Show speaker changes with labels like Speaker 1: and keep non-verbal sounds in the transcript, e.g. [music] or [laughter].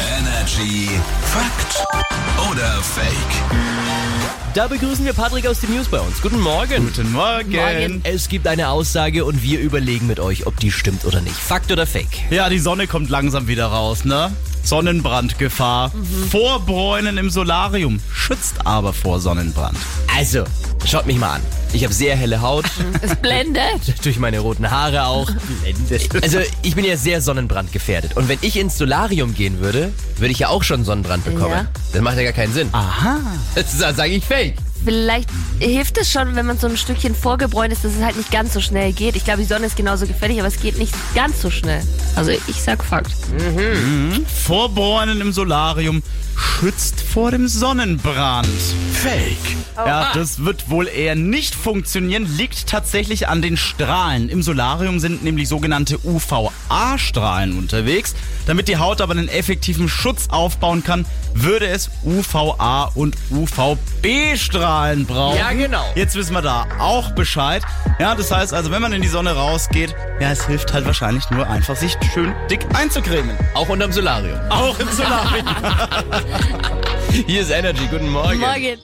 Speaker 1: Energy Fakt oder Fake?
Speaker 2: Da begrüßen wir Patrick aus den News bei uns. Guten Morgen.
Speaker 3: Guten Morgen.
Speaker 2: Morgen. Es gibt eine Aussage und wir überlegen mit euch, ob die stimmt oder nicht. Fakt oder Fake?
Speaker 3: Ja, die Sonne kommt langsam wieder raus, ne? Sonnenbrandgefahr. Vorbräunen im Solarium schützt aber vor Sonnenbrand.
Speaker 2: Also, schaut mich mal an. Ich habe sehr helle Haut,
Speaker 4: Es blendet.
Speaker 2: durch meine roten Haare auch. Also, ich bin ja sehr sonnenbrandgefährdet. Und wenn ich ins Solarium gehen würde, würde ich ja auch schon Sonnenbrand bekommen.
Speaker 4: Ja.
Speaker 2: Das macht ja gar keinen Sinn.
Speaker 3: Aha.
Speaker 2: [laughs] Das sage ich Fake.
Speaker 4: Vielleicht hilft es schon, wenn man so ein Stückchen vorgebräunt ist, dass es halt nicht ganz so schnell geht. Ich glaube, die Sonne ist genauso gefährlich, aber es geht nicht ganz so schnell. Also ich sag Fakt.
Speaker 3: Vorbräunen im Solarium schützt vor dem Sonnenbrand.
Speaker 1: Fake.
Speaker 3: Ja, das wird wohl eher nicht funktionieren, liegt tatsächlich an den Strahlen. Im Solarium sind nämlich sogenannte UVA-Strahlen unterwegs. Damit die Haut aber einen effektiven Schutz aufbauen kann, würde es UVA und UVB-Strahlen brauchen.
Speaker 2: Ja, genau.
Speaker 3: Jetzt wissen wir da auch Bescheid. Ja, das heißt also, wenn man in die Sonne rausgeht, ja, es hilft halt wahrscheinlich nur einfach, sich schön dick einzucremen.
Speaker 2: Auch unterm Solarium.
Speaker 3: 啊 Auch im Solarium.
Speaker 2: Hier ist Energy. Guten Morgen.
Speaker 4: Morgen.